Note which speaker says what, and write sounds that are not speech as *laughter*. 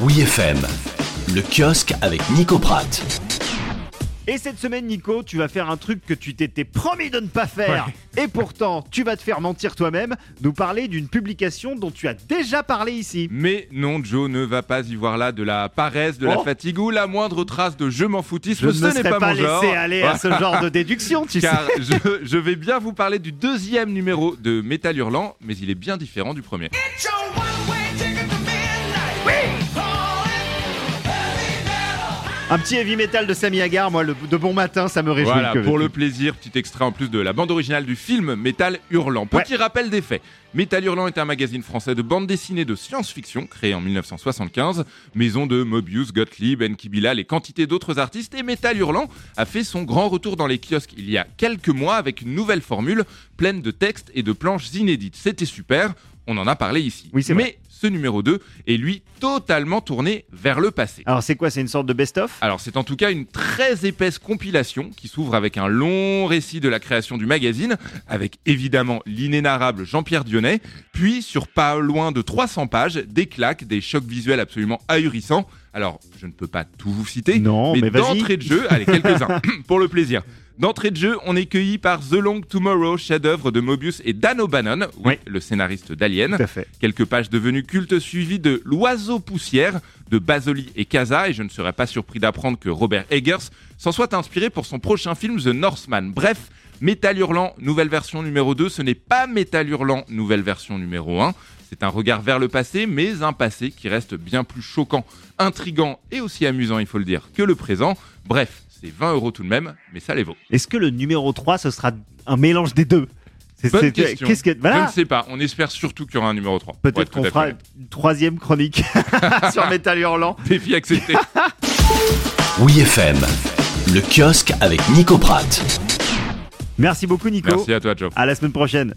Speaker 1: Oui FM, le kiosque avec Nico Pratt.
Speaker 2: Et cette semaine, Nico, tu vas faire un truc que tu t'étais promis de ne pas faire. Et pourtant, tu vas te faire mentir toi-même, nous parler d'une publication dont tu as déjà parlé ici.
Speaker 3: Mais non, Joe ne va pas y voir là de la paresse, de la
Speaker 2: Oh.
Speaker 3: fatigue ou la moindre trace de je m'en foutisme.
Speaker 2: Je
Speaker 3: ce
Speaker 2: ne
Speaker 3: n'est
Speaker 2: serais
Speaker 3: pas,
Speaker 2: pas,
Speaker 3: mon genre. Ah,
Speaker 2: laissé aller à ce genre
Speaker 3: *laughs*
Speaker 2: de déduction, tu
Speaker 3: Car
Speaker 2: sais.
Speaker 3: je, je vais bien vous parler du deuxième numéro de Métal Hurlant, mais il est bien différent du premier.
Speaker 4: It's your one-way ticket to midnight. We call it heavy metal.
Speaker 2: Un petit heavy metal de Sammy Hagar, moi, le- de bon matin, ça me réjouit.
Speaker 3: Voilà,
Speaker 2: que
Speaker 3: pour
Speaker 2: veux-tu.
Speaker 3: le plaisir, petit extrait en plus de la bande originale du film Métal Hurlant. Petit rappel des faits. Métal Hurlant est un magazine français de bande dessinée de science-fiction créé en 1975, maison de Mobius, Gottlieb, Enki Bilal et quantité d'autres artistes. Et Métal Hurlant a fait son grand retour dans les kiosques il y a quelques mois avec une nouvelle formule pleine de textes et de planches inédites. C'était super, on en a parlé ici.
Speaker 2: Oui, c'est vrai.
Speaker 3: Mais ce numéro 2 est lui totalement tourné vers le passé.
Speaker 2: Alors, c'est quoi C'est une sorte de best-of
Speaker 3: Alors c'est en tout cas une très épaisse compilation qui s'ouvre avec un long récit de la création du magazine, avec évidemment l'inénarrable Jean-Pierre Dionnet, puis sur pas loin de 300 pages, des claques, des chocs visuels absolument ahurissants. Alors je ne peux pas tout vous citer,
Speaker 2: Non, mais vas-y.
Speaker 3: d'entrée de jeu, allez quelques-uns, *coughs* pour le plaisir. D'entrée de jeu, on est cueilli par The Long Tomorrow, chef-d'œuvre de Mobius et Dan O'Bannon, oui,
Speaker 2: Oui.
Speaker 3: le scénariste d'Alien
Speaker 2: Tout à fait.
Speaker 3: quelques pages devenues cultes suivies de L'oiseau poussière de Basoli et Casa et je ne serais pas surpris d'apprendre que Robert Eggers s'en soit inspiré pour son prochain film The Northman. Bref, Métal Hurlant, nouvelle version numéro 2, ce n'est pas Métal Hurlant, nouvelle version numéro 1. C'est un regard vers le passé, mais un passé qui reste bien plus choquant, intrigant et aussi amusant, il faut le dire, que le présent. Bref, c'est 20 euros tout de même, mais ça les vaut.
Speaker 2: Est-ce que le numéro 3, ce sera un mélange des deux C'est-
Speaker 3: Bonne
Speaker 2: c'est-
Speaker 3: question.
Speaker 2: Qu'est-ce que...
Speaker 3: Je
Speaker 2: Voilà.
Speaker 3: ne sais pas, on espère surtout qu'il y aura un numéro 3.
Speaker 2: Peut-être qu'on fera une troisième chronique *laughs* sur Metal Hurlant.
Speaker 3: Défi accepté.
Speaker 1: Oui FM, le kiosque avec Nico Pratt.
Speaker 2: *laughs* Merci beaucoup, Nico.
Speaker 3: Merci à toi, Joe.
Speaker 2: À la semaine prochaine.